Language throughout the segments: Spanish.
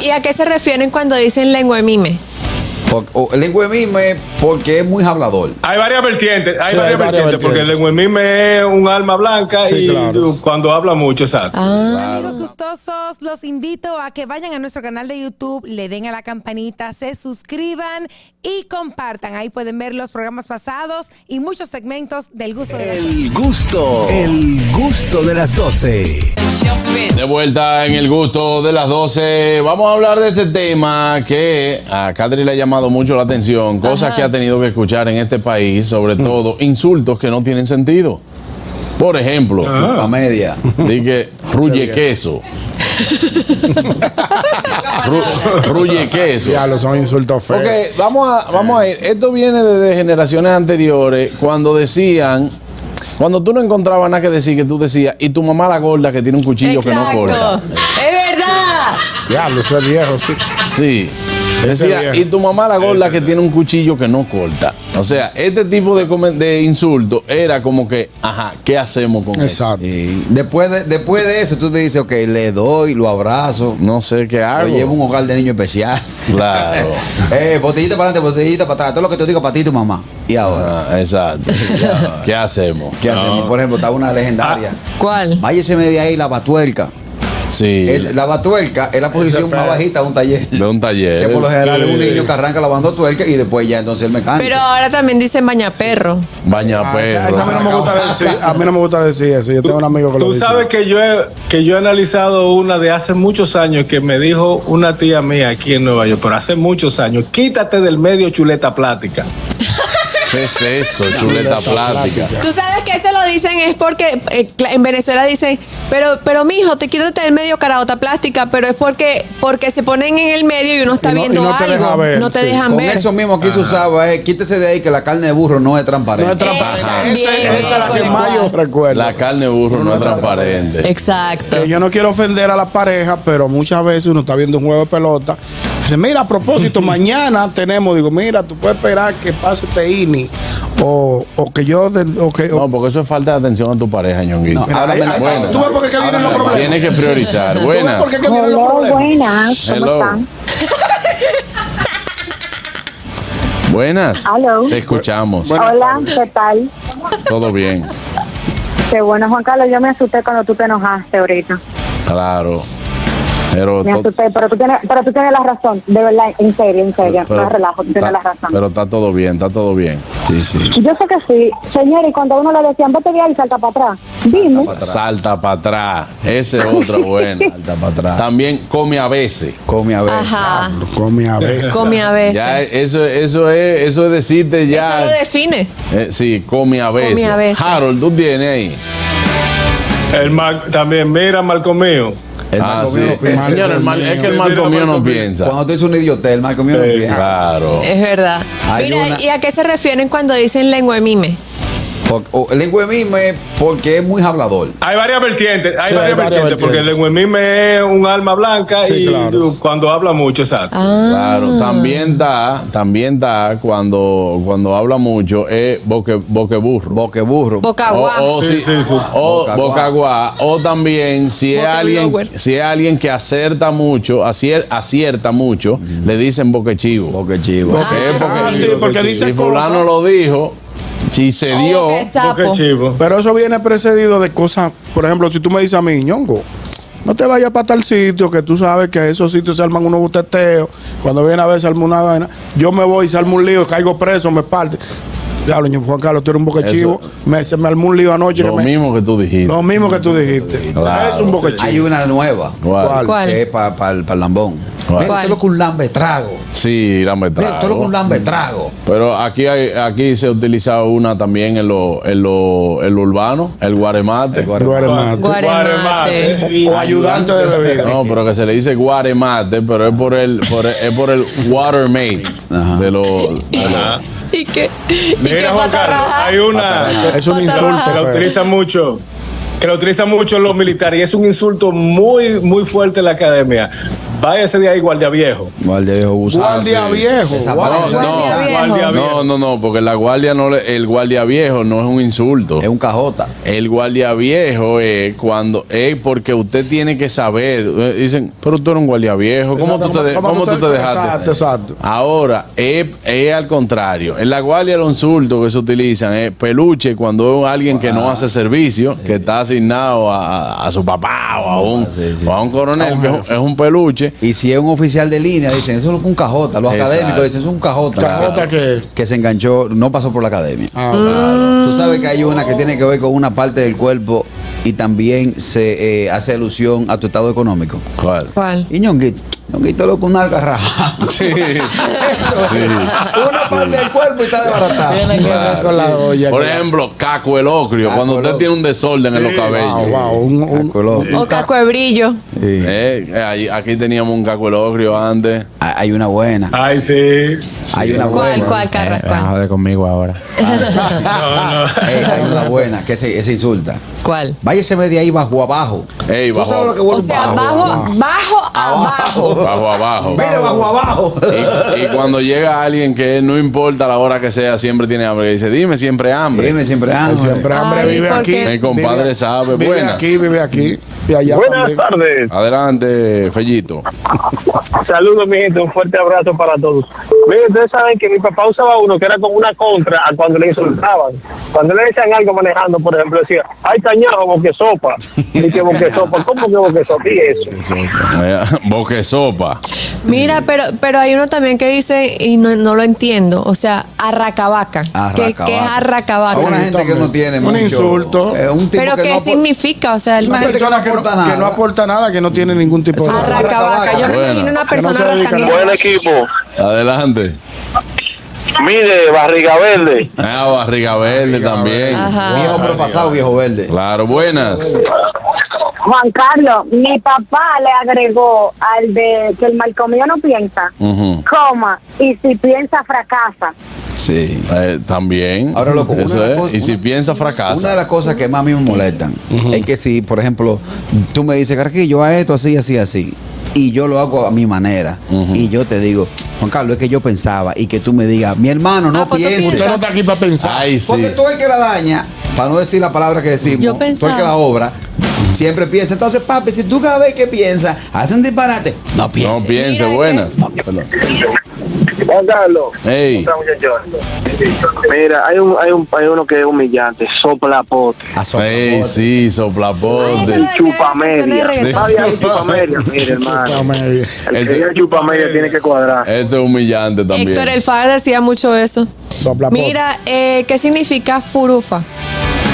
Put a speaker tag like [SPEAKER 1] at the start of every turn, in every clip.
[SPEAKER 1] ¿Y a qué se refieren cuando dicen lengua de mime?
[SPEAKER 2] Por- o- El lengua de mime porque es muy hablador.
[SPEAKER 3] Hay varias vertientes, hay
[SPEAKER 4] Sí,
[SPEAKER 3] varias
[SPEAKER 4] hay varias
[SPEAKER 3] vertientes, porque el lenguemime es un alma blanca
[SPEAKER 4] Sí,
[SPEAKER 3] y
[SPEAKER 4] claro.
[SPEAKER 3] cuando habla mucho, exacto.
[SPEAKER 1] Ah.
[SPEAKER 5] Amigos gustosos, los invito a que vayan a nuestro canal de YouTube, le den a la campanita, se suscriban y compartan. Ahí pueden ver los programas pasados y muchos segmentos del gusto de las
[SPEAKER 6] El gusto, el gusto de las 12.
[SPEAKER 7] De vuelta en el gusto de las 12, vamos a hablar de este tema que a Catri le ha llamado mucho la atención, cosas que ha tenido que escuchar en este país, sobre
[SPEAKER 4] Mm.
[SPEAKER 7] todo insultos que no tienen sentido. Por ejemplo,
[SPEAKER 4] Ah.
[SPEAKER 2] A media.
[SPEAKER 7] dije ruye queso. Ru- ruye queso.
[SPEAKER 4] Ya, lo son insultos feos.
[SPEAKER 7] Ok, vamos a, vamos a ir. Esto viene desde generaciones anteriores, cuando decían, cuando tú no encontrabas nada que decir, que tú decías, y tu mamá la gorda que tiene un cuchillo que no corta.
[SPEAKER 1] Es verdad.
[SPEAKER 4] Ya, lo soy viejo, sí.
[SPEAKER 7] Sí.
[SPEAKER 4] Ese
[SPEAKER 7] Decía,
[SPEAKER 4] viejo.
[SPEAKER 7] y tu mamá la gorda que tiene un cuchillo que no corta. O sea, este tipo de, comen- de insulto era como que, ajá, ¿qué hacemos con eso?
[SPEAKER 4] Exacto.
[SPEAKER 2] Y después, de, después de eso, tú te dices, ok, le doy, lo abrazo,
[SPEAKER 7] No sé qué
[SPEAKER 2] lo
[SPEAKER 7] hago.
[SPEAKER 2] llevo a un hogar de niño especial.
[SPEAKER 7] Claro.
[SPEAKER 2] eh, botellita para adelante, botellita para atrás, todo lo que te digo para ti y tu mamá. Y ahora,
[SPEAKER 7] Ah, exacto. ¿Qué hacemos?
[SPEAKER 2] ¿qué hacemos? Por ejemplo, está una legendaria.
[SPEAKER 1] ¿Cuál?
[SPEAKER 2] Váyese media ahí, la batuerca.
[SPEAKER 7] Sí.
[SPEAKER 2] Es- la batuerca es la posición más bajita de un taller.
[SPEAKER 7] De un taller.
[SPEAKER 2] Que por lo general es un
[SPEAKER 3] Sí.
[SPEAKER 2] niño que arranca lavando tuerca y después ya entonces el mecánico.
[SPEAKER 1] Pero ahora también dicen bañaperro.
[SPEAKER 7] Baña
[SPEAKER 4] Ah, esa- esa a, mí no me gusta decir, a mí no me gusta decir eso. Yo tengo un amigo que lo
[SPEAKER 3] Tú
[SPEAKER 4] dice.
[SPEAKER 3] sabes que yo, he, que yo he analizado una de hace muchos años que me dijo una tía mía aquí en Nueva York, pero hace muchos años, quítate del medio chuleta plática.
[SPEAKER 7] ¿Qué es eso? Chuleta plástica.
[SPEAKER 1] Tú sabes que eso lo dicen es porque eh, cla- en Venezuela dicen, pero, pero mijo, te quiero tener medio carota plástica, pero es porque, porque se ponen en el medio y uno está
[SPEAKER 4] Y no- y
[SPEAKER 1] viendo
[SPEAKER 4] no te
[SPEAKER 1] algo.
[SPEAKER 4] deja ver,
[SPEAKER 1] no te
[SPEAKER 4] sí.
[SPEAKER 1] dejan
[SPEAKER 2] Con
[SPEAKER 1] ver.
[SPEAKER 2] eso mismo que se usaba es quítese de ahí que la carne de burro no es transparente.
[SPEAKER 4] No es transparente.
[SPEAKER 7] Ajá.
[SPEAKER 4] Esa, esa es la que
[SPEAKER 1] Bien.
[SPEAKER 4] más yo recuerdo.
[SPEAKER 7] La carne de burro no es transparente.
[SPEAKER 1] Exacto.
[SPEAKER 4] Que yo no quiero ofender a la pareja, pero muchas veces uno está viendo un juego de pelota. Dice, mira, a propósito, mañana tenemos. Digo, mira, tú puedes esperar que pase este INI. O, o que yo. de- o que, o-
[SPEAKER 7] No, porque eso es falta de atención a tu pareja, ñonguito.
[SPEAKER 2] No, ahora me la-
[SPEAKER 7] Buena.
[SPEAKER 4] ¿Tú ves por qué que vienen los problemas?
[SPEAKER 7] Tienes que priorizar.
[SPEAKER 4] ¿Tú ves
[SPEAKER 7] Buenas.
[SPEAKER 4] por qué que vienen los
[SPEAKER 8] Hello,
[SPEAKER 4] problemas?
[SPEAKER 8] buenas. ¿Cómo
[SPEAKER 7] Hello.
[SPEAKER 8] están?
[SPEAKER 7] Buenas.
[SPEAKER 8] Hello.
[SPEAKER 7] Te escuchamos.
[SPEAKER 8] Hola, ¿qué tal?
[SPEAKER 7] Todo bien.
[SPEAKER 8] Qué bueno, Juan Carlos. Yo me asusté cuando tú te enojaste ahorita.
[SPEAKER 7] Claro. Pero
[SPEAKER 8] Me
[SPEAKER 7] to-
[SPEAKER 8] asusté, pero tú tienes, pero tú tienes la razón. De verdad, en serio, en serio.
[SPEAKER 7] pero-
[SPEAKER 8] no relajo, tú
[SPEAKER 7] está-
[SPEAKER 8] tienes la razón.
[SPEAKER 7] Pero está todo bien, está todo bien. Sí, sí.
[SPEAKER 8] yo sé que sí. Señor, y cuando a uno le decían, vete de ahí, salta para atrás. Dime.
[SPEAKER 7] Salta para atrás. Ese es otro bueno.
[SPEAKER 2] Salta para atrás.
[SPEAKER 7] También come a veces.
[SPEAKER 2] Come a ver.
[SPEAKER 1] Ajá.
[SPEAKER 4] Come a veces.
[SPEAKER 1] Come a veces.
[SPEAKER 7] Ya eso, eso es, eso es decirte ya.
[SPEAKER 1] Eso lo define.
[SPEAKER 7] Eh, sí, come a veces.
[SPEAKER 1] Come a veces.
[SPEAKER 7] Harold, tú tienes ahí.
[SPEAKER 3] El Mar- también, mira, Marco mío.
[SPEAKER 2] El
[SPEAKER 7] ah,
[SPEAKER 2] mal
[SPEAKER 7] sí.
[SPEAKER 2] comido no piensa.
[SPEAKER 7] Señor, el mal- es que el mal
[SPEAKER 3] Mira,
[SPEAKER 7] comido no
[SPEAKER 3] Marco mío.
[SPEAKER 7] piensa.
[SPEAKER 2] Cuando tú dices un idiota, el mal comido no
[SPEAKER 3] Sí,
[SPEAKER 2] piensa.
[SPEAKER 7] Claro.
[SPEAKER 1] Es verdad.
[SPEAKER 2] Hay
[SPEAKER 1] Mira,
[SPEAKER 2] una-
[SPEAKER 1] ¿y a qué se refieren cuando dicen lengua de mime?
[SPEAKER 2] Por- o- oh, El lengua de mime porque es muy hablador.
[SPEAKER 3] Hay varias vertientes, hay
[SPEAKER 4] Sí,
[SPEAKER 3] varias
[SPEAKER 4] hay varias
[SPEAKER 3] vertientes, porque el lenguemime es un alma blanca
[SPEAKER 4] Sí,
[SPEAKER 3] y
[SPEAKER 4] claro.
[SPEAKER 3] cuando habla mucho, exacto.
[SPEAKER 1] Ah.
[SPEAKER 4] Ah.
[SPEAKER 7] Claro, también está, también está cuando, cuando habla mucho, es boque, boqueburro.
[SPEAKER 2] Boque burro.
[SPEAKER 1] Boca guapa.
[SPEAKER 7] O, o
[SPEAKER 3] Sí,
[SPEAKER 7] si-
[SPEAKER 3] sí, sí.
[SPEAKER 7] o
[SPEAKER 2] Boca
[SPEAKER 7] boca guá. O también, si es,
[SPEAKER 1] Boca
[SPEAKER 7] alguien,
[SPEAKER 1] blower.
[SPEAKER 7] si es alguien que acierta mucho, acier- acierta mucho, le dicen boquechivo.
[SPEAKER 2] Boque chivo.
[SPEAKER 7] Que es
[SPEAKER 4] Ah,
[SPEAKER 7] boquechivo.
[SPEAKER 4] sí, porque dice
[SPEAKER 7] Si
[SPEAKER 4] cosas. Oh,
[SPEAKER 7] fulano lo dijo, si se dio,
[SPEAKER 1] Boca de
[SPEAKER 3] Qué
[SPEAKER 1] Oh, sapo.
[SPEAKER 3] chivo.
[SPEAKER 4] Pero eso viene precedido de cosas. Por ejemplo, si tú me dices a mí, ñongo, no te vayas para tal sitio, que tú sabes que esos sitios se arman unos buteteos. Cuando viene a ver, se arma una vaina. Yo me voy, se arma un lío, caigo preso, me parte. Diablo, ñongo, Juan Carlos, tú eres un boquechivo.
[SPEAKER 7] Eso-
[SPEAKER 4] Me, se me armó un lío anoche.
[SPEAKER 7] lo
[SPEAKER 4] que me-
[SPEAKER 7] mismo que tú dijiste.
[SPEAKER 4] lo mismo que tú dijiste.
[SPEAKER 7] Claro.
[SPEAKER 4] Es un boquechivo.
[SPEAKER 2] Hay una nueva.
[SPEAKER 7] ¿Cuál?
[SPEAKER 4] ¿Cuál?
[SPEAKER 1] ¿Cuál?
[SPEAKER 2] Que es para el lambón.
[SPEAKER 7] ¿Cuál?
[SPEAKER 2] Mira, tú lo que un lambe trago.
[SPEAKER 7] Sí, la
[SPEAKER 2] Mira, tú lo que un
[SPEAKER 7] metrago.
[SPEAKER 2] lambe trago.
[SPEAKER 7] Pero aquí hay, aquí se utiliza una también en lo, en lo, en lo urbano, el guaremate.
[SPEAKER 4] Guaremate.
[SPEAKER 1] Guaremate.
[SPEAKER 4] O ayudante de bebida.
[SPEAKER 7] No, pero que se le dice guaremate, pero es por el, por el- es por el watermate
[SPEAKER 2] Ajá.
[SPEAKER 7] de los
[SPEAKER 1] ¿Y qué? ¿Y qué
[SPEAKER 3] Mira, Juan Carlos,
[SPEAKER 1] patarraja?
[SPEAKER 3] hay una
[SPEAKER 4] Es un insulto.
[SPEAKER 3] que la
[SPEAKER 4] feo.
[SPEAKER 3] utilizan mucho. Que la utilizan mucho los militares y es un insulto muy, muy fuerte en la academia. váyase de ahí, guardia viejo.
[SPEAKER 2] Guardia viejo abusado.
[SPEAKER 4] Guardia
[SPEAKER 7] Ah, sí.
[SPEAKER 4] viejo.
[SPEAKER 2] Esa
[SPEAKER 4] guardia
[SPEAKER 2] palabra.
[SPEAKER 4] viejo.
[SPEAKER 7] No,
[SPEAKER 5] Guardia viejo.
[SPEAKER 3] Guardia viejo.
[SPEAKER 7] No, no, no, porque la guardia no le- el guardia viejo no es un insulto.
[SPEAKER 2] Es un cajota.
[SPEAKER 7] El guardia viejo es cuando es porque usted tiene que saber. Eh, Dicen, pero tú eres un guardia viejo. ¿Cómo,
[SPEAKER 4] Exacto,
[SPEAKER 7] tú, te, de-
[SPEAKER 4] ¿cómo-
[SPEAKER 7] cómo tú te dejaste?
[SPEAKER 4] Exacto, exacto.
[SPEAKER 7] Ahora, es, es al contrario. En la guardia los insultos que se utilizan es peluche cuando es alguien que no hace servicio, que está asignado a, a- a su papá o a un,
[SPEAKER 2] sí, sí.
[SPEAKER 7] o a un coronel, que es un- es un peluche.
[SPEAKER 2] Y si es un oficial de línea, dicen, eso es un cajota. Los
[SPEAKER 7] Exacto.
[SPEAKER 2] académicos dicen, eso es un cajota.
[SPEAKER 4] Cajota que-
[SPEAKER 2] Que se enganchó, no pasó por la academia.
[SPEAKER 4] Ah,
[SPEAKER 1] Mm.
[SPEAKER 2] Tú sabes que hay una que tiene que ver con una parte del cuerpo y también se eh, hace alusión a tu estado económico.
[SPEAKER 7] ¿Cuál?
[SPEAKER 1] ¿Cuál?
[SPEAKER 2] Y ñonguito, ñonguito loco, una algarraja.
[SPEAKER 7] Sí.
[SPEAKER 2] Eso es.
[SPEAKER 7] Sí.
[SPEAKER 2] Una parte del cuerpo y está
[SPEAKER 4] Tiene que
[SPEAKER 2] desbaratado.
[SPEAKER 4] ver con la olla.
[SPEAKER 7] Por
[SPEAKER 4] con la-
[SPEAKER 7] ejemplo, caco el ocrio,
[SPEAKER 2] Caco
[SPEAKER 7] cuando
[SPEAKER 2] el
[SPEAKER 7] usted
[SPEAKER 2] ocrio.
[SPEAKER 7] tiene un desorden en los
[SPEAKER 4] Wow,
[SPEAKER 7] cabellos.
[SPEAKER 4] wow, un- un-
[SPEAKER 2] Caco loco.
[SPEAKER 1] O caco de brillo.
[SPEAKER 7] Eh, eh, ahí- aquí teníamos un caco el ocrio antes.
[SPEAKER 2] Ah, Hay una buena.
[SPEAKER 3] Ay, sí.
[SPEAKER 2] Hay una buena.
[SPEAKER 1] ¿Cuál, cuál, Carras? ¿Cuál?
[SPEAKER 7] joder conmigo ahora.
[SPEAKER 3] No, no.
[SPEAKER 2] Eh, hay una buena que se, se insulta.
[SPEAKER 1] ¿Cuál?
[SPEAKER 2] Váyaseme de ahí bajo abajo.
[SPEAKER 7] Ey,
[SPEAKER 2] ¿Tú
[SPEAKER 7] bajo.
[SPEAKER 2] sabes lo que huele
[SPEAKER 1] O sea,
[SPEAKER 2] un
[SPEAKER 1] bajo, bajo, abajo.
[SPEAKER 7] Bajo abajo.
[SPEAKER 2] Mira, bajo abajo.
[SPEAKER 7] Y, y cuando llega alguien que no importa la hora que sea, siempre tiene hambre. Y dice, dime siempre hambre.
[SPEAKER 2] Dime siempre hambre.
[SPEAKER 4] Siempre hambre
[SPEAKER 1] Ay,
[SPEAKER 4] vive
[SPEAKER 1] ¿por
[SPEAKER 4] aquí.
[SPEAKER 1] qué?
[SPEAKER 7] Mi compadre
[SPEAKER 4] vive-
[SPEAKER 7] sabe,
[SPEAKER 4] Vive
[SPEAKER 7] buena.
[SPEAKER 4] aquí, vive aquí. Y allá
[SPEAKER 9] Buenas
[SPEAKER 4] también.
[SPEAKER 9] tardes.
[SPEAKER 7] Adelante, Fellito.
[SPEAKER 9] Saludos, mi gente. Un fuerte abrazo para todos. Miren, ustedes saben que mi papá usaba uno que era como una contra a cuando le insultaban. Cuando le decían algo manejando, por ejemplo, decía, ay, cañajo, boquesopa. Y que boquesopa. ¿Cómo que boquesopa? Y eso.
[SPEAKER 7] Eh, Boque sopa.
[SPEAKER 1] Mira, pero, pero hay uno también que dice, y no, no lo entiendo, o sea, arracabaca. ¿Qué,
[SPEAKER 2] Arracabaca.
[SPEAKER 1] qué es
[SPEAKER 2] A
[SPEAKER 1] arracabaca?
[SPEAKER 2] una gente que no tiene
[SPEAKER 4] Un
[SPEAKER 2] mucho.
[SPEAKER 4] insulto.
[SPEAKER 2] eh, un tipo
[SPEAKER 1] ¿Pero
[SPEAKER 2] que
[SPEAKER 1] qué
[SPEAKER 2] no apo-
[SPEAKER 1] significa? O sea, el-
[SPEAKER 2] Una gente
[SPEAKER 4] Persona que no,
[SPEAKER 2] aporta nada.
[SPEAKER 4] que no aporta nada, que no tiene ningún tipo de.
[SPEAKER 2] Exacto.
[SPEAKER 1] arracabaca. Yo no
[SPEAKER 7] Bueno.
[SPEAKER 1] imagino una
[SPEAKER 4] Que no
[SPEAKER 1] persona
[SPEAKER 4] se dedica a
[SPEAKER 1] arracando.
[SPEAKER 4] nada.
[SPEAKER 9] equipo.
[SPEAKER 7] Adelante.
[SPEAKER 9] Mide, barriga verde.
[SPEAKER 7] Ah, barriga verde también.
[SPEAKER 1] Ajá.
[SPEAKER 2] Viejo propasado, viejo verde.
[SPEAKER 7] Claro, buenas.
[SPEAKER 8] Juan Carlos, mi papá le agregó al de que el malcomido no piensa,
[SPEAKER 7] Ujú.
[SPEAKER 8] coma, y si piensa fracasa.
[SPEAKER 2] Sí.
[SPEAKER 7] Eh, también.
[SPEAKER 2] Ahora, loco, una
[SPEAKER 7] Eso
[SPEAKER 2] de las
[SPEAKER 7] es.
[SPEAKER 2] cosas-
[SPEAKER 7] y si
[SPEAKER 2] una-
[SPEAKER 7] piensa, fracasa.
[SPEAKER 2] Una de las cosas que más a mí me molestan es que si, por ejemplo, tú me dices, Carquillo, a esto así, así, así, y yo lo hago a mi manera, y yo te digo, Juan Carlos, es que yo pensaba, y que tú me digas, mi hermano, no
[SPEAKER 1] Ah, pues tú
[SPEAKER 2] pienses.
[SPEAKER 4] Usted no está aquí para pensar.
[SPEAKER 7] Ay, sí.
[SPEAKER 2] Porque tú el que la daña, para no decir la palabra que decimos,
[SPEAKER 1] Yo
[SPEAKER 2] tú el
[SPEAKER 1] pensaba.
[SPEAKER 2] que la obra, siempre piensa. Entonces, papi, si tú cada vez que piensas, haces un disparate, no
[SPEAKER 7] No
[SPEAKER 2] pienses.
[SPEAKER 7] piense,
[SPEAKER 1] Mira, este- ¿qué?
[SPEAKER 7] buenas.
[SPEAKER 9] Juan Carlos.
[SPEAKER 7] Ey,
[SPEAKER 9] Mira, hay, un, hay, un, hay uno que es humillante, soplapote.
[SPEAKER 2] Azota,
[SPEAKER 7] ey,
[SPEAKER 2] bote.
[SPEAKER 7] sí,
[SPEAKER 1] Ay,
[SPEAKER 7] soplapote.
[SPEAKER 1] eso lo decían en las canciones de
[SPEAKER 9] Chupamedia.
[SPEAKER 1] reggaetón.
[SPEAKER 7] Sí.
[SPEAKER 9] Había un chupamedia, mire, hermano.
[SPEAKER 4] Dame-
[SPEAKER 9] El que
[SPEAKER 7] Ese- Eh.
[SPEAKER 9] diga chupamedia tiene que cuadrar.
[SPEAKER 7] Ese es humillante también.
[SPEAKER 1] Héctor El Far decía mucho eso.
[SPEAKER 4] Sopla por-
[SPEAKER 1] Mira, eh, ¿qué significa furufa?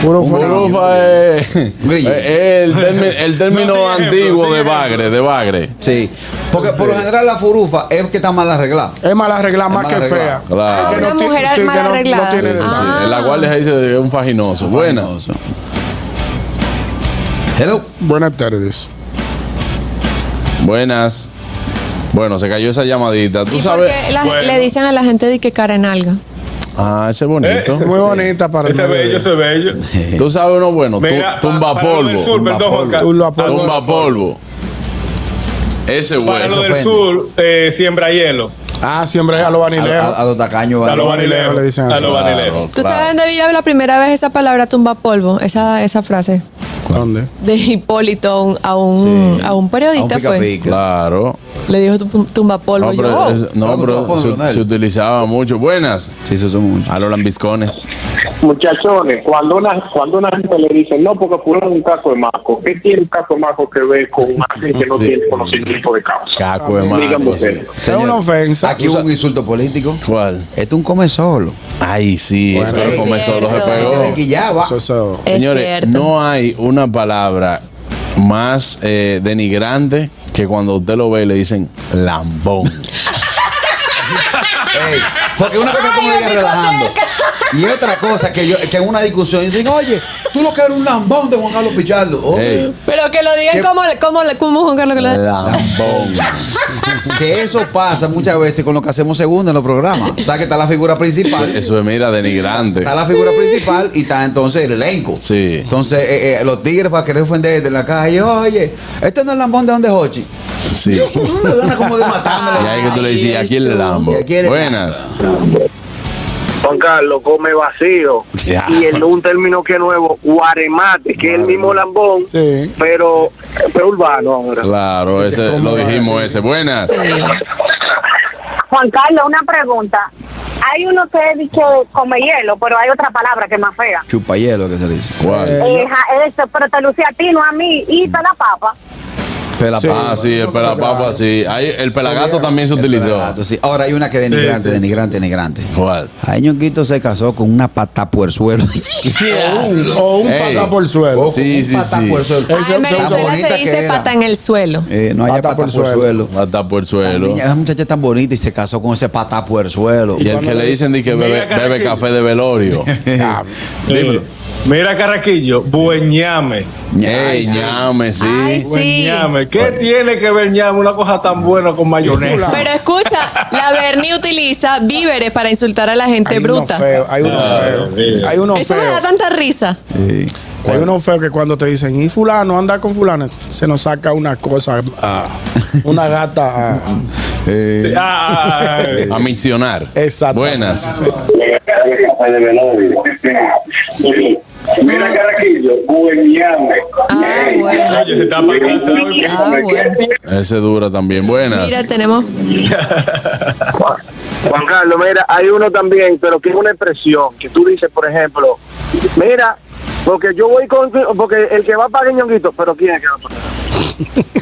[SPEAKER 4] Puro
[SPEAKER 7] Un
[SPEAKER 4] fuera.
[SPEAKER 7] burufa es
[SPEAKER 2] Grillo.
[SPEAKER 7] es eh, el, termi- el término
[SPEAKER 3] No, sigue
[SPEAKER 7] antiguo
[SPEAKER 3] ejemplo, sigue
[SPEAKER 7] de bagre, de bagre.
[SPEAKER 2] Sí. Porque por lo general la furufa es que está mal arreglada.
[SPEAKER 4] Es mala arreglada
[SPEAKER 2] Es
[SPEAKER 4] más
[SPEAKER 2] mala
[SPEAKER 4] que
[SPEAKER 2] arreglada.
[SPEAKER 4] fea.
[SPEAKER 7] Claro.
[SPEAKER 4] Que
[SPEAKER 1] Ah, Una
[SPEAKER 4] ti-
[SPEAKER 1] mujer
[SPEAKER 4] que
[SPEAKER 1] mal
[SPEAKER 4] no- no
[SPEAKER 1] arreglada.
[SPEAKER 4] tiene-
[SPEAKER 7] Ah, Sí,
[SPEAKER 1] Ah.
[SPEAKER 7] En la cual les dice es un faginoso. Buenas.
[SPEAKER 2] Hello.
[SPEAKER 4] Buenas tardes.
[SPEAKER 7] Buenas. Bueno, se cayó esa llamadita. Tú
[SPEAKER 1] ¿Y
[SPEAKER 7] sabes.
[SPEAKER 1] por qué la-
[SPEAKER 3] Bueno.
[SPEAKER 1] le dicen a la gente de que cara en alga?
[SPEAKER 7] Ah, ese es bonito.
[SPEAKER 3] Eh,
[SPEAKER 4] Muy bonita para el
[SPEAKER 3] Ese
[SPEAKER 4] medio.
[SPEAKER 3] bello, ese bello.
[SPEAKER 7] Tú sabes uno bueno. tu-
[SPEAKER 3] Mira, pa-
[SPEAKER 7] tumba
[SPEAKER 3] para lo del
[SPEAKER 7] polvo.
[SPEAKER 3] sur, perdón, Juan Carlos.
[SPEAKER 4] Tú lo
[SPEAKER 7] Tumba,
[SPEAKER 4] apoyas.
[SPEAKER 7] tumba polvo. Ese es
[SPEAKER 3] Para lo
[SPEAKER 7] bueno.
[SPEAKER 3] del
[SPEAKER 2] ofende.
[SPEAKER 3] sur, eh, siembra hielo.
[SPEAKER 4] Ah, siempre a los
[SPEAKER 2] A, a- a
[SPEAKER 4] vanileos.
[SPEAKER 2] los tacaños.
[SPEAKER 3] A
[SPEAKER 2] ¿vale?
[SPEAKER 3] lo
[SPEAKER 4] los
[SPEAKER 3] vanileo.
[SPEAKER 4] le dicen
[SPEAKER 3] A
[SPEAKER 4] así.
[SPEAKER 3] lo vanileo.
[SPEAKER 1] ¿Tú sabes dónde vi la primera vez esa palabra tumba polvo? Esa, esa frase
[SPEAKER 4] ¿Dónde?
[SPEAKER 1] de Hipólito a un, a un, Mm, a un periodista
[SPEAKER 2] A un pica
[SPEAKER 1] fue.
[SPEAKER 2] pica.
[SPEAKER 7] Claro.
[SPEAKER 1] Le dijo tum- tumba polvo.
[SPEAKER 7] No, pero,
[SPEAKER 1] Yo, oh.
[SPEAKER 7] es- no,
[SPEAKER 2] Claro que
[SPEAKER 7] pero
[SPEAKER 2] tú lo pones,
[SPEAKER 7] se-
[SPEAKER 2] Leonel.
[SPEAKER 7] se, utilizaba mucho. Buenas.
[SPEAKER 2] Sí, eso son muchos.
[SPEAKER 7] A los lambiscones.
[SPEAKER 9] Muchachones, cuando una, cuando una gente le dice, no, porque fulano es un caco de maco, ¿qué tiene un caco de maco que ver con alguien que no
[SPEAKER 7] Sí.
[SPEAKER 9] tiene conocimiento de causa?
[SPEAKER 7] Caco de
[SPEAKER 9] Dígame
[SPEAKER 7] mano.
[SPEAKER 9] usted.
[SPEAKER 4] Es una ofensa.
[SPEAKER 2] Aquí hubo un insulto político.
[SPEAKER 7] ¿Cuál?
[SPEAKER 2] Esto es un come solo.
[SPEAKER 7] Ay, sí,
[SPEAKER 4] Bueno,
[SPEAKER 7] esto de
[SPEAKER 4] es
[SPEAKER 7] comer solo se
[SPEAKER 1] cierto.
[SPEAKER 2] Se
[SPEAKER 7] pegó.
[SPEAKER 2] le quillaba.
[SPEAKER 4] Eso, eso.
[SPEAKER 1] Es
[SPEAKER 7] Señores,
[SPEAKER 1] cierto.
[SPEAKER 7] no hay una palabra más eh, denigrante que cuando usted lo ve y le dicen lambón.
[SPEAKER 2] Ey, porque una cosa tú me digas relajando. Y otra cosa que yo, que en una discusión, yo digo, oye, tú lo que eres un lambón de Juan Carlos Pichardo. Oh,
[SPEAKER 7] Ey,
[SPEAKER 1] Pero que lo digan
[SPEAKER 2] ¿Qué?
[SPEAKER 1] como, como, como Juan Carlos que lo
[SPEAKER 7] lambón.
[SPEAKER 2] Que eso pasa muchas veces con lo que hacemos segundo en los programas. Está que está la figura principal.
[SPEAKER 7] Eso es, mira, denigrante.
[SPEAKER 2] Está la figura principal y está entonces el elenco.
[SPEAKER 7] Sí.
[SPEAKER 2] Entonces, eh, eh, los tigres para querer ofender de la calle, oye, este no es el lambón de donde Hochi.
[SPEAKER 7] Sí.
[SPEAKER 2] Me gana como de matarme.
[SPEAKER 7] Y ahí que tú le dices, ¿y aquí el Lambo?
[SPEAKER 2] Y aquí el-
[SPEAKER 7] Buenas.
[SPEAKER 9] Juan Carlos come vacío.
[SPEAKER 7] Ya.
[SPEAKER 9] Y el, un término que es nuevo, guaremate, que es el mismo lambón,
[SPEAKER 4] Sí.
[SPEAKER 9] pero, pero urbano ahora.
[SPEAKER 7] Claro, ese lo dijimos ese. Buenas.
[SPEAKER 8] Juan Carlos, una pregunta. Hay uno que es dicho come hielo, pero hay otra palabra que es más fea.
[SPEAKER 2] Chupayelo que se le dice.
[SPEAKER 7] ¿Cuál?
[SPEAKER 8] Eh, ja, eso, pero te lucía a ti, no a mí. Y te la papa.
[SPEAKER 2] Pela
[SPEAKER 4] Sí.
[SPEAKER 7] Ah, sí, el pelapapa, sí. Ahí, el pelagato también se
[SPEAKER 2] El
[SPEAKER 7] utilizó.
[SPEAKER 2] pelagato, sí. Ahora hay una que denigrante,
[SPEAKER 3] Sí, sí, sí.
[SPEAKER 2] denigrante, denigrante.
[SPEAKER 7] ¿Cuál?
[SPEAKER 2] Ahí Ñonguito se casó con una pata por suelo.
[SPEAKER 4] O un, o un
[SPEAKER 7] Ey.
[SPEAKER 4] patá por el suelo.
[SPEAKER 7] Sí, sí,
[SPEAKER 2] Pata
[SPEAKER 7] sí.
[SPEAKER 2] por suelo.
[SPEAKER 1] Ah, en
[SPEAKER 4] se usa
[SPEAKER 1] Venezuela
[SPEAKER 2] bonita
[SPEAKER 1] se
[SPEAKER 2] que
[SPEAKER 1] dice
[SPEAKER 2] era.
[SPEAKER 1] pata en el suelo.
[SPEAKER 2] Eh, no hay pata, por suelo.
[SPEAKER 7] Va a estar por el
[SPEAKER 2] La
[SPEAKER 7] suelo.
[SPEAKER 2] niña, esa muchacha es tan bonita y se casó con ese pata por suelo.
[SPEAKER 7] Y el que le dicen di que bebe,
[SPEAKER 3] Mira,
[SPEAKER 7] bebe
[SPEAKER 3] Carraquillo.
[SPEAKER 7] café de velorio.
[SPEAKER 3] Sí. Mira, Carraquillo, bueñame.
[SPEAKER 7] Ey, ñame,
[SPEAKER 1] Ay,
[SPEAKER 7] sí.
[SPEAKER 1] sí.
[SPEAKER 3] Bueñame. ¿Qué tiene que ver ñame una cosa tan buena con mayonesa?
[SPEAKER 1] Pero escucha, la Berni utiliza víveres para insultar a la gente
[SPEAKER 4] Hay uno
[SPEAKER 1] bruta.
[SPEAKER 4] feo, hay uno
[SPEAKER 3] Ah,
[SPEAKER 4] feo.
[SPEAKER 3] mira.
[SPEAKER 4] Hay uno
[SPEAKER 1] Eso me
[SPEAKER 4] feo.
[SPEAKER 1] da tanta risa.
[SPEAKER 4] Hay uno feo que cuando te dicen, y fulano, anda con fulano, se nos saca una cosa, ah, una gata. ah.
[SPEAKER 3] Ah,
[SPEAKER 7] Eh, A misionar.
[SPEAKER 4] Exacto.
[SPEAKER 7] Buenas.
[SPEAKER 9] Mira, Carraquillo, bueñame.
[SPEAKER 1] Ah, bueno.
[SPEAKER 3] oye, se está para casa hoy.
[SPEAKER 1] Ah, bueno.
[SPEAKER 7] Ese dura también. Buenas.
[SPEAKER 1] Mira, tenemos.
[SPEAKER 9] Juan Carlos, mira, hay uno también, pero que es una expresión que tú dices, por ejemplo, mira, porque yo voy con, porque el que va a pagar ñonguito, pero quién es que va a pagar?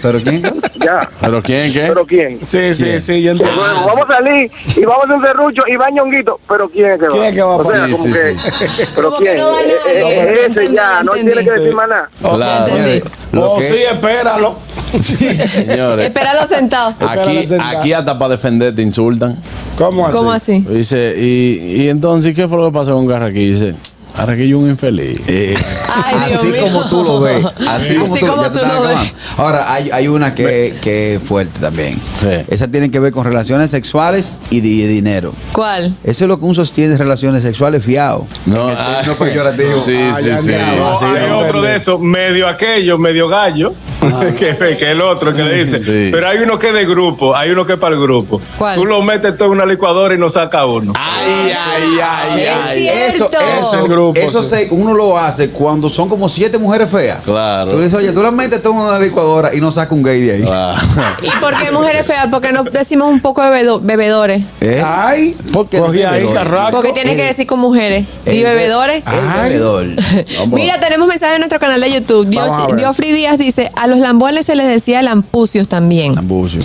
[SPEAKER 2] ¿Pero quién?
[SPEAKER 9] ya,
[SPEAKER 7] ¿Pero quién qué?
[SPEAKER 9] pero quién.
[SPEAKER 4] Sí, sí, sí, yo
[SPEAKER 9] Bueno,
[SPEAKER 4] entiendo.
[SPEAKER 9] vamos a salir y vamos a hacer un serrucho y va ñonguito, pero quién es que va,
[SPEAKER 4] ¿Quién es que va a
[SPEAKER 9] o sea,
[SPEAKER 7] pagar?
[SPEAKER 9] como
[SPEAKER 7] Sí,
[SPEAKER 9] que, pero
[SPEAKER 1] Como que
[SPEAKER 9] quién,
[SPEAKER 1] no va
[SPEAKER 9] Eh,
[SPEAKER 1] nadie,
[SPEAKER 9] eh,
[SPEAKER 1] ya
[SPEAKER 9] ese
[SPEAKER 1] entendí,
[SPEAKER 9] ya,
[SPEAKER 1] ya
[SPEAKER 9] no tiene que
[SPEAKER 1] entendí.
[SPEAKER 9] decir más nada.
[SPEAKER 7] Claro.
[SPEAKER 1] entendí.
[SPEAKER 2] Lo
[SPEAKER 4] Oh,
[SPEAKER 2] que-
[SPEAKER 4] sí, espéralo.
[SPEAKER 7] Señores.
[SPEAKER 1] Espéralo sentado.
[SPEAKER 7] Aquí,
[SPEAKER 4] Espérale sentado.
[SPEAKER 7] aquí hasta para defender te insultan.
[SPEAKER 4] ¿Cómo así?
[SPEAKER 1] ¿Cómo así?
[SPEAKER 7] Dice, y, y entonces, ¿qué fue lo que pasó con Garraquillo? Dice, Garraquillo un infeliz.
[SPEAKER 2] Eh,
[SPEAKER 1] Ay, Dios
[SPEAKER 2] así
[SPEAKER 1] mío.
[SPEAKER 2] como tú lo ves. Así como
[SPEAKER 1] Así
[SPEAKER 2] tú,
[SPEAKER 1] como
[SPEAKER 2] ya te
[SPEAKER 1] tú
[SPEAKER 2] estás
[SPEAKER 1] lo ves.
[SPEAKER 2] acabando. Ahora, hay, hay una que, que es fuerte también.
[SPEAKER 7] Sí.
[SPEAKER 2] Esa tiene que ver con relaciones sexuales y de dinero.
[SPEAKER 1] ¿Cuál?
[SPEAKER 2] Eso es lo que un sostiene relaciones sexuales fiado.
[SPEAKER 7] No, ah,
[SPEAKER 2] no peyorativo.
[SPEAKER 7] Sí,
[SPEAKER 4] Ah,
[SPEAKER 7] sí,
[SPEAKER 4] ya
[SPEAKER 7] sí.
[SPEAKER 4] entiendo.
[SPEAKER 3] No,
[SPEAKER 4] sí,
[SPEAKER 3] hay
[SPEAKER 4] no,
[SPEAKER 3] otro
[SPEAKER 4] no.
[SPEAKER 3] de esos, medio aquello, medio gallo, que, que el otro que le dice.
[SPEAKER 7] Sí.
[SPEAKER 3] Pero hay uno que es de grupo, hay uno que es para el grupo.
[SPEAKER 1] ¿Cuál?
[SPEAKER 3] Tú lo metes todo en una licuadora y no saca uno.
[SPEAKER 2] Ah,
[SPEAKER 7] Ay, ay, ay, ay.
[SPEAKER 2] Eso,
[SPEAKER 1] Cierto.
[SPEAKER 2] eso,
[SPEAKER 4] El grupo,
[SPEAKER 2] eso
[SPEAKER 4] sí.
[SPEAKER 2] se- uno lo hace cuando son como siete mujeres feas.
[SPEAKER 7] Claro.
[SPEAKER 2] Tú le dices, oye, tú las metes todo en una licuadora y no sacas un gay de ahí.
[SPEAKER 7] Ah,
[SPEAKER 1] ¿Y por qué mujeres feas? Porque no decimos un poco de bebedo- bebedores.
[SPEAKER 2] ¿Eh?
[SPEAKER 4] Ay,
[SPEAKER 2] ¿Por qué
[SPEAKER 4] cogí
[SPEAKER 2] no te
[SPEAKER 4] ahí
[SPEAKER 2] doy?
[SPEAKER 4] carraco.
[SPEAKER 1] Porque tiene que decir con mujeres. ¿Y
[SPEAKER 2] El- Ah,
[SPEAKER 1] bebedores?
[SPEAKER 2] El
[SPEAKER 4] Ay.
[SPEAKER 2] bebedor. Vamos.
[SPEAKER 1] Mira, tenemos mensaje en nuestro canal de YouTube. Dios-
[SPEAKER 4] Vamos a ver.
[SPEAKER 1] Diofri Díaz dice, a los lambones se les decía lampucios también.
[SPEAKER 2] Ambucio.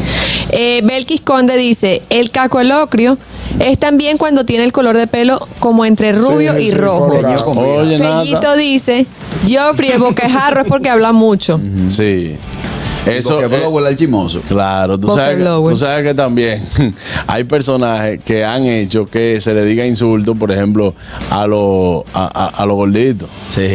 [SPEAKER 1] Eh, Belkis Conde dice, el cacolocrio es también cuando tiene el color de pelo como entre rubio
[SPEAKER 4] Sí,
[SPEAKER 1] y
[SPEAKER 4] sí,
[SPEAKER 1] rojo.
[SPEAKER 4] colorado.
[SPEAKER 2] Yo comía.
[SPEAKER 7] Oye,
[SPEAKER 1] Fellito
[SPEAKER 7] nada.
[SPEAKER 1] dice, Geoffrey, el bocajarro es porque habla mucho.
[SPEAKER 4] Mm.
[SPEAKER 7] Sí. Eso.
[SPEAKER 2] Porque
[SPEAKER 7] eh,
[SPEAKER 2] puedo volar el chimoso.
[SPEAKER 7] Claro, tú
[SPEAKER 1] Boca
[SPEAKER 7] sabes, que-
[SPEAKER 1] blower.
[SPEAKER 7] tú sabes que también hay personajes que han hecho que se le diga insulto, por ejemplo, a los a, a- a los gorditos.
[SPEAKER 2] Sí.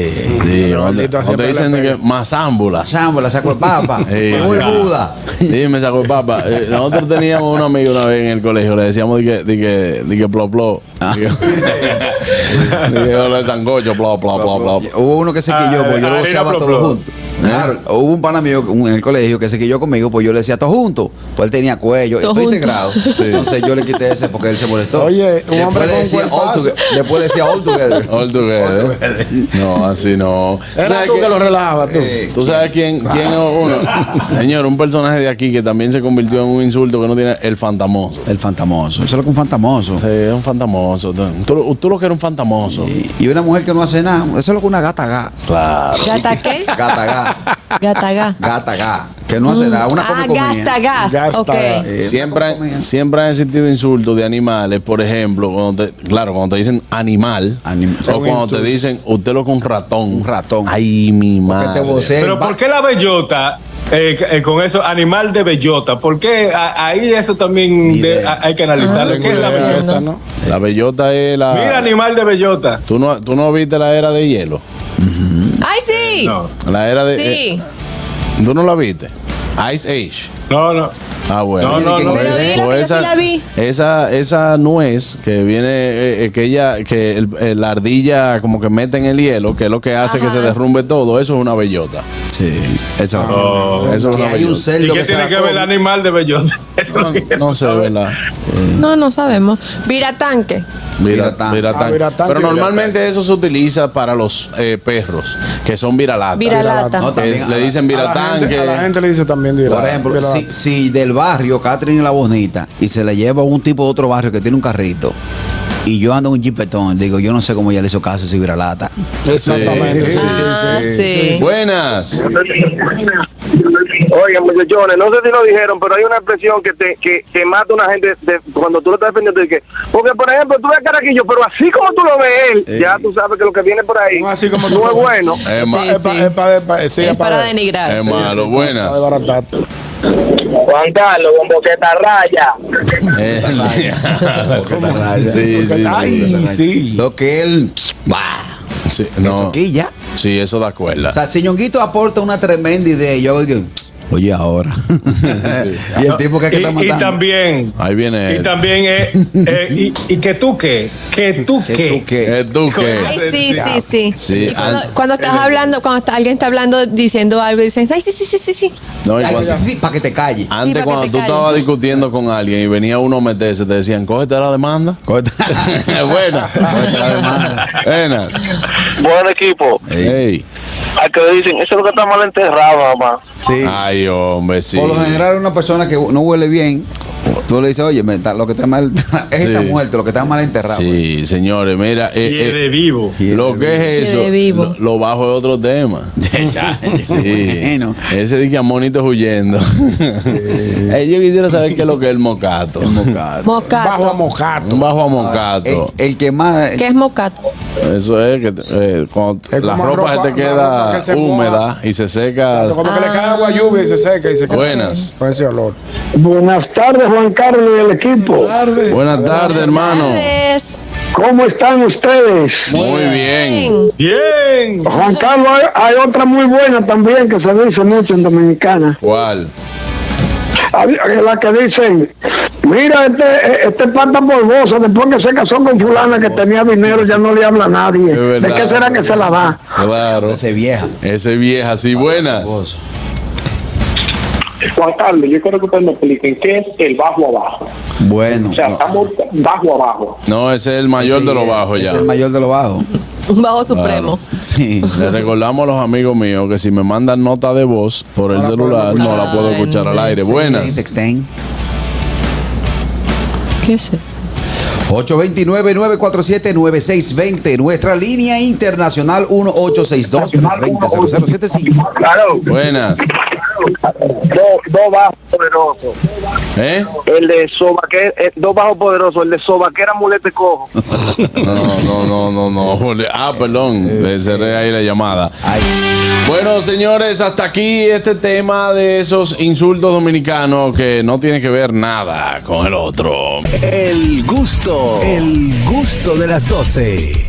[SPEAKER 7] Sí,
[SPEAKER 4] los gorditos
[SPEAKER 7] cuando- cuando te
[SPEAKER 4] siempre
[SPEAKER 7] dicen
[SPEAKER 4] le
[SPEAKER 7] de que
[SPEAKER 4] pegan.
[SPEAKER 7] mazámbula.
[SPEAKER 2] Sambo, la saco el papa.
[SPEAKER 7] Sí,
[SPEAKER 2] Muy
[SPEAKER 7] sí, sí.
[SPEAKER 2] Buda.
[SPEAKER 7] Sí, me sacó el papa. Eh, nosotros teníamos un amigo una vez en el colegio, le decíamos de que, de que, de que plo plo.
[SPEAKER 2] Ah.
[SPEAKER 7] De que- de que lo de sancocho, plo plo plo plo.
[SPEAKER 2] Hubo uno que se quilló,
[SPEAKER 3] Ah,
[SPEAKER 2] pues yo
[SPEAKER 3] ah,
[SPEAKER 2] lo boceaba
[SPEAKER 3] mira,
[SPEAKER 2] todo
[SPEAKER 3] Pablo.
[SPEAKER 2] junto. Claro, hubo un pana mío un- en el colegio que se quilló conmigo, pues yo le decía todo junto. Pues él tenía cuello, y
[SPEAKER 1] Todo
[SPEAKER 2] todo
[SPEAKER 1] junto.
[SPEAKER 2] integrado. Entonces yo le quité ese porque él se molestó.
[SPEAKER 4] Oye, un
[SPEAKER 2] Después
[SPEAKER 4] hombre
[SPEAKER 2] le
[SPEAKER 4] con
[SPEAKER 2] decía all
[SPEAKER 4] cuerpazo.
[SPEAKER 2] toge- Después decía all together.
[SPEAKER 7] All together. No, así no.
[SPEAKER 4] Era
[SPEAKER 7] ¿Sabes
[SPEAKER 4] tú
[SPEAKER 7] qué?
[SPEAKER 4] que lo relajabas, tú.
[SPEAKER 2] Eh,
[SPEAKER 7] ¿Tú sabes quién, quién es uno? Señor, un personaje de aquí que también se convirtió en un insulto que no tiene el fantamoso.
[SPEAKER 2] El fantamoso. Eso es lo que un fantamoso.
[SPEAKER 7] Sí, es un fantamoso. Tú, lo- tú lo que eres un fantamoso.
[SPEAKER 2] Y una mujer que no hace nada, eso es lo que una gata ga.
[SPEAKER 7] Claro.
[SPEAKER 1] ¿Gata qué?
[SPEAKER 2] Gata ga.
[SPEAKER 1] Gatagá.
[SPEAKER 2] Gata ga. Que no hace nada. Una
[SPEAKER 1] ah,
[SPEAKER 2] come comida.
[SPEAKER 1] gasta gas.
[SPEAKER 4] Gasta
[SPEAKER 1] ok.
[SPEAKER 4] gas.
[SPEAKER 2] Eh, una
[SPEAKER 7] Siempre,
[SPEAKER 2] come comida.
[SPEAKER 7] han- siempre han existido insultos de animales, por ejemplo, cuando te- claro, cuando te dicen animal,
[SPEAKER 2] Anim-
[SPEAKER 7] o cuando te dicen usted lo que un ratón.
[SPEAKER 2] Un ratón.
[SPEAKER 7] Ay, mi
[SPEAKER 2] Porque te
[SPEAKER 7] madre.
[SPEAKER 2] vocea.
[SPEAKER 3] Pero ¿por qué la bellota? eh, eh, con eso, animal de bellota. ¿Por qué? A- ahí eso también
[SPEAKER 2] Ni
[SPEAKER 3] de-
[SPEAKER 2] idea.
[SPEAKER 3] a- hay que
[SPEAKER 2] Ah,
[SPEAKER 3] analizarlo. ¿Qué es la
[SPEAKER 4] Tengo idea
[SPEAKER 3] bellota?
[SPEAKER 4] esa, ¿no?
[SPEAKER 7] La bellota es la.
[SPEAKER 3] Mira, animal de bellota.
[SPEAKER 7] ¿Tú no, tú no viste la era de hielo.
[SPEAKER 1] ¡Ay, sí!
[SPEAKER 3] No,
[SPEAKER 7] La era de.
[SPEAKER 1] Sí.
[SPEAKER 7] eh, ¿Tú no la viste? Ice Age.
[SPEAKER 3] no, no.
[SPEAKER 7] Ah, bueno.
[SPEAKER 3] No, no, no.
[SPEAKER 1] Pero dilo, que yo sí la vi.
[SPEAKER 7] Esa, esa nuez que viene, eh, eh, que ella, que el- eh, la ardilla como que mete en el hielo, que es lo que hace
[SPEAKER 1] Ajá.
[SPEAKER 7] que se derrumbe todo, eso es una bellota.
[SPEAKER 2] Sí, exacto.
[SPEAKER 3] Oh.
[SPEAKER 7] Eso
[SPEAKER 2] Que
[SPEAKER 7] lo
[SPEAKER 2] hay
[SPEAKER 7] sabe yo.
[SPEAKER 2] un cerdo
[SPEAKER 3] ¿Y qué
[SPEAKER 2] que se
[SPEAKER 3] tiene
[SPEAKER 2] la
[SPEAKER 3] que ver
[SPEAKER 2] come.
[SPEAKER 3] el animal de bellota? Eso no
[SPEAKER 7] No,
[SPEAKER 3] quiero
[SPEAKER 7] no sé,
[SPEAKER 3] saber.
[SPEAKER 7] ¿verdad?
[SPEAKER 1] No, no sabemos. Viratanque.
[SPEAKER 7] Vira-
[SPEAKER 2] Viratán.
[SPEAKER 7] viratán.
[SPEAKER 4] Ah, viratán
[SPEAKER 7] Pero
[SPEAKER 4] y viratán.
[SPEAKER 7] normalmente eso se utiliza para los eh, perros, que son viralata.
[SPEAKER 1] Viralata.
[SPEAKER 2] No,
[SPEAKER 7] Eh,
[SPEAKER 2] también a
[SPEAKER 7] le
[SPEAKER 2] la-
[SPEAKER 7] dicen
[SPEAKER 4] A la, gente, a la
[SPEAKER 7] viratanque.
[SPEAKER 4] gente le dice también dirá.
[SPEAKER 2] Por ejemplo,
[SPEAKER 4] dirá.
[SPEAKER 2] si, si del barrio Catherine la Bonita y se la lleva a un tipo de otro barrio que tiene un carrito y yo ando en un jipetón, digo, yo no sé cómo ella le hizo caso si hubiera lata.
[SPEAKER 4] Exactamente.
[SPEAKER 7] Sí, sí,
[SPEAKER 1] Ah, sí.
[SPEAKER 7] Buenas.
[SPEAKER 9] Oigan, muchachones, no sé si lo dijeron, pero hay una expresión que te, que, que mata a una gente de- cuando tú lo estás defendiendo. de que- porque, por ejemplo, tú ves a Caraquillo, pero así como tú lo ves él,
[SPEAKER 2] Ey.
[SPEAKER 9] ya tú sabes que lo que viene por ahí
[SPEAKER 4] No, así como tú
[SPEAKER 9] no
[SPEAKER 4] lo
[SPEAKER 9] es
[SPEAKER 4] ves.
[SPEAKER 9] bueno.
[SPEAKER 7] Es ma-
[SPEAKER 1] Sí,
[SPEAKER 4] Es pa- es pa- es pa- sí,
[SPEAKER 1] Es
[SPEAKER 4] es
[SPEAKER 1] para denigrar.
[SPEAKER 7] es malo. Buenas.
[SPEAKER 4] Para desbaratarte.
[SPEAKER 9] Juan Carlos, con boqueta raya.
[SPEAKER 7] Eh,
[SPEAKER 2] Boqueta raya.
[SPEAKER 7] Sí, sí, sí.
[SPEAKER 4] Ay, sí.
[SPEAKER 2] Lo que él. Bah,
[SPEAKER 7] Sí,
[SPEAKER 2] eso
[SPEAKER 7] no.
[SPEAKER 2] aquí ya.
[SPEAKER 7] Sí, eso da cuerda.
[SPEAKER 2] O sea, si Ñonguito aporta una tremenda idea y yo hago que, Oye, ahora. y el tipo que, es que está
[SPEAKER 3] Y, y
[SPEAKER 2] matando.
[SPEAKER 3] también,
[SPEAKER 7] Ahí viene.
[SPEAKER 3] y también, eh, eh, y, y que tú qué, que tú
[SPEAKER 2] ¿Qué
[SPEAKER 3] qué.
[SPEAKER 2] tú qué?
[SPEAKER 7] El duque.
[SPEAKER 1] Ay, Eh, sí, sí, sí. eh,
[SPEAKER 7] Sí,
[SPEAKER 1] Y cuando,
[SPEAKER 7] an-
[SPEAKER 1] cuando estás hablando, cuando está- alguien está hablando, diciendo algo, dicen, ay, sí, sí, sí, sí, sí.
[SPEAKER 7] No, y
[SPEAKER 2] Ay,
[SPEAKER 7] cuando-
[SPEAKER 2] sí, sí, para que te calle.
[SPEAKER 1] para
[SPEAKER 7] Antes,
[SPEAKER 1] que
[SPEAKER 7] cuando
[SPEAKER 1] te
[SPEAKER 7] tú
[SPEAKER 1] calles.
[SPEAKER 7] estabas discutiendo con alguien y venía uno a meterse, te decían, cógete la demanda.
[SPEAKER 2] Corta.
[SPEAKER 7] Buena.
[SPEAKER 2] la demanda.
[SPEAKER 7] Buena.
[SPEAKER 9] Buen equipo.
[SPEAKER 7] Ey.
[SPEAKER 9] Al que le dicen, eso es lo que está mal enterrado, mamá.
[SPEAKER 2] Sí.
[SPEAKER 7] Ay, hombre, Ah, sí.
[SPEAKER 2] Por lo general, una persona que no huele bien, tú le dices, oye, me está- lo que está mal está
[SPEAKER 7] Sí.
[SPEAKER 2] muerto, lo que está mal enterrado. eh.
[SPEAKER 7] Sí, señores, mira. eh,
[SPEAKER 3] Y es de
[SPEAKER 7] eh,
[SPEAKER 3] vivo.
[SPEAKER 7] lo que es
[SPEAKER 1] Y de vivo.
[SPEAKER 7] eso, lo, lo bajo es otro tema. Sí.
[SPEAKER 2] Bueno.
[SPEAKER 7] Ese de que a monito huyendo. Eh, yo quisiera saber qué es lo que es el mocato. El mocato.
[SPEAKER 4] Bajo a
[SPEAKER 1] Mocato.
[SPEAKER 4] mojato.
[SPEAKER 7] Un bajo a mocato.
[SPEAKER 2] El, el que más.
[SPEAKER 1] ¿Qué es mocato?
[SPEAKER 7] Eso es que eh, cuando
[SPEAKER 4] Es
[SPEAKER 7] la
[SPEAKER 4] como
[SPEAKER 7] ropa,
[SPEAKER 4] ropa-
[SPEAKER 7] se te
[SPEAKER 4] la
[SPEAKER 7] queda
[SPEAKER 4] ropa que se
[SPEAKER 7] húmeda
[SPEAKER 4] moja.
[SPEAKER 7] y se seca.
[SPEAKER 4] Como que le cae agua lluvia y se seca y se queda
[SPEAKER 7] Buenas.
[SPEAKER 4] con ese olor.
[SPEAKER 9] Buenas tardes, Juan Carlos y el equipo.
[SPEAKER 4] Tarde.
[SPEAKER 7] Buenas tardes, hermano.
[SPEAKER 1] Es-
[SPEAKER 9] ¿Cómo están ustedes?
[SPEAKER 7] Muy bien.
[SPEAKER 3] Bien.
[SPEAKER 9] Juan Carlos, hay, hay otra muy buena también que se dice mucho en Dominicana.
[SPEAKER 7] ¿Cuál?
[SPEAKER 9] Hay- hay La que dicen, mira, este, este pata polvosa, después que se casó con fulana que tenía dinero, ya no le habla a nadie.
[SPEAKER 7] Es
[SPEAKER 9] ¿De
[SPEAKER 7] verdad.
[SPEAKER 9] qué será que se la da?
[SPEAKER 7] Claro.
[SPEAKER 2] Ese vieja.
[SPEAKER 7] Ese vieja, sí, buenas.
[SPEAKER 9] Juan Carlos, yo quiero que ustedes me expliquen qué es el bajo abajo.
[SPEAKER 2] Bueno. no.
[SPEAKER 9] estamos bajo abajo.
[SPEAKER 7] No, ese es el mayor
[SPEAKER 2] Sí,
[SPEAKER 7] de los bajos
[SPEAKER 2] es
[SPEAKER 7] ya.
[SPEAKER 2] el mayor de los bajos.
[SPEAKER 1] Un bajo supremo.
[SPEAKER 2] Sí.
[SPEAKER 7] Le recordamos a los amigos míos que si me mandan nota de voz por el
[SPEAKER 2] la
[SPEAKER 7] celular,
[SPEAKER 2] podemos
[SPEAKER 7] no la puedo
[SPEAKER 1] escuchar.
[SPEAKER 7] escuchar al aire. Buenas.
[SPEAKER 2] Sexten.
[SPEAKER 1] ¿Qué es eso?
[SPEAKER 2] 829-947-9620. Nuestra línea internacional 1862-320-0075.
[SPEAKER 9] Claro,
[SPEAKER 7] Buenas.
[SPEAKER 9] dos bajos poderosos.
[SPEAKER 7] ¿Eh?
[SPEAKER 9] El de sobaquera, dos bajos poderosos, el de sobaquera mulete cojo.
[SPEAKER 7] No, no, no, no, no. Ah, perdón. eh, Cerré ahí la llamada.
[SPEAKER 2] Ay,
[SPEAKER 7] Bueno, señores, hasta aquí este tema de esos insultos dominicanos que no tiene que ver nada con el otro.
[SPEAKER 6] El gusto, el gusto de las doce.